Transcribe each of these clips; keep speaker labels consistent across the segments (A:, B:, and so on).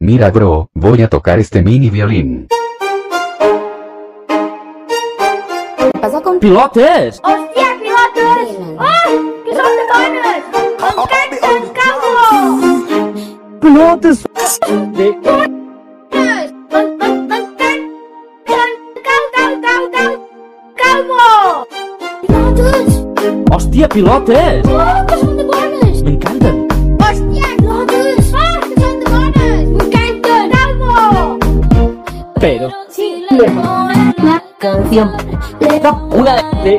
A: Mira bro, voy a tocar este mini violín.
B: ¿Qué pasó con
C: ¡Pilotes!
D: ¡Hostia, pilotos! ¡Ay! ¡Ah! ¡Que son demonios! ¡Os cantan capo!
C: ¡Pilotes!
D: ¡Os cantan cau, cau, cau, cau, cau! ¡Pilotos!
C: ¡Hostia, pilotes!
D: ¡Oh, que son demonios!
C: ¡Me encantan!
D: ¡Hostia, pilotos! ¡Ah, que son demonios! ¡Me cantan capo!
C: Pero...
D: Si le ponen la canción, le
C: Una de...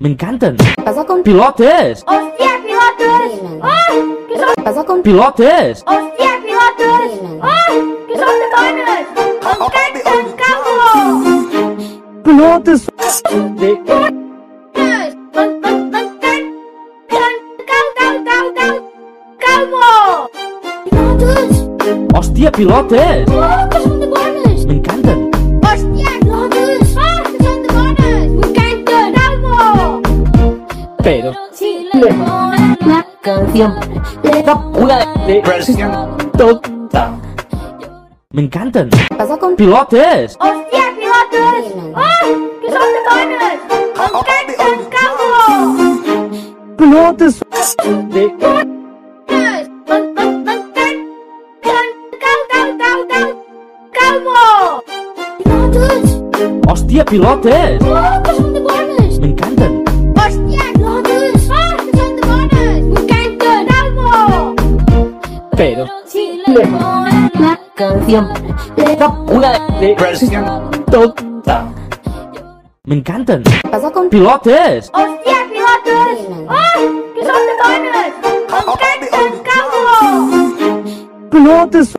C: ¡Me encantan!
B: ¿Qué pasó con
C: ¡Pilotes!
D: ¡Hostia, pilotos! ¡Ay! ¡Ah! ¡Que son
B: ¿Qué pasó con
C: ¡Pilotes!
D: ¡Hostia, pilotos! ¡Ay! ¡Que son demonios! ¡Os cantan capo!
C: ¡Pilotes!
D: ¡Calvo! ¡Pilotos!
C: ¡Hostia, pilotes!
D: ¡Oh, que son demonios!
C: ¡Me encantan!
D: ¡Hostia! ¡Pilotos! ¡Ah, que son demonios! ¡Me encanta! ¡Calvo!
C: Pero...
D: Si le ponen la canción, le
C: Una de... ¡Me encantan!
B: ¿Qué pasó con
C: ¡Pilotes!
D: ¡Hostia, pilotos! ¡Ah, que son demonios! ¡Os cantan! ¡Calvo!
C: ¡Pilotes!
D: ¡Calvo! ¡Pilotos!
C: ¡Hostia, pilotes!
D: ¡Oh, que son demonios!
C: ¡Me encantan!
D: ¡Hostia, pilotos! ¡Ah, que son demonios! ¡Me encanta! ¡Calvo!
C: Pero...
D: Si le ponen la canción, le
C: Una de... ¡Me encantan!
B: ¿Qué pasó con
C: ¡Pilotes!
D: ¡Hostia, pilotos! ¡Ay! ¡Que son demonios! ¡Os cantan capo!
C: ¡Pilotes!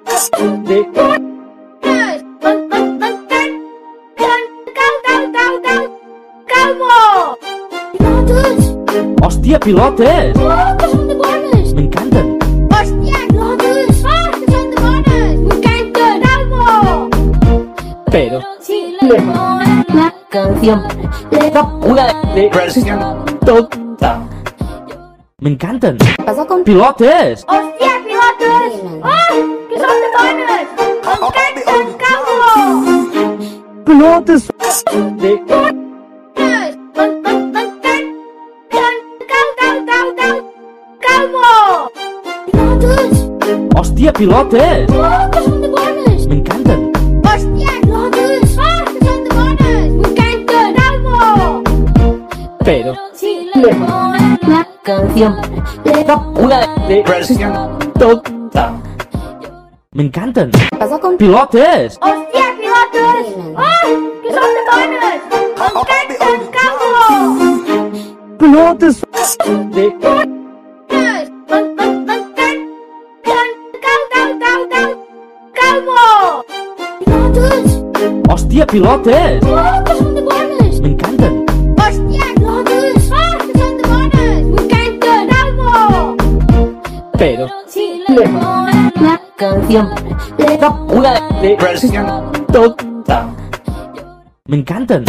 D: ¡Calvo! ¡Pilotos!
C: ¡Hostia, pilotes!
D: ¡Oh, que son demonios!
C: ¡Me encantan!
D: ¡Hostia, pilotos! ¡Ah, que son demonios! ¡Me encanta! ¡Calvo!
C: Pero...
D: Si le ponen la canción, le
C: Una de... ¡Me encantan!
B: ¿Qué pasó con
C: ¡Pilotes!
D: ¡Hostia, pilotos! ¡Ay! ¡Que son demonios! ¡Os cantan capo!
C: ¡Pilotes!
D: ¡Calvo! ¡Pilotos!
C: ¡Hostia, pilotes!
D: ¡Oh, que son demonios!
C: ¡Me encantan!
D: ¡Hostia, pilotos! ¡Ah, que son demonios! ¡Me encanta! ¡Calvo!
C: Pero...
D: Si le ponen la canción, le
C: Una de... ¡Me encantan!
B: ¿Qué pasó con
C: ¡Pilotes!
D: ¡Hostia, ¡Ah! pilotos! ¡Ay! ¡Que son demonios! ¡Os cantan capo!
C: ¡Pilotes!
D: ¡Calvo! ¡Pilotos!
C: ¡Hostia, pilotes!
D: ¡Oh, que son demonios!
C: ¡Me encantan!
D: ¡Hostia, pilotos! ¡Ah, que son demonios! ¡Me encanta! ¡Calvo!
C: Pero...
D: Si le ponen la canción, le
C: Una de... ¡Me encantan!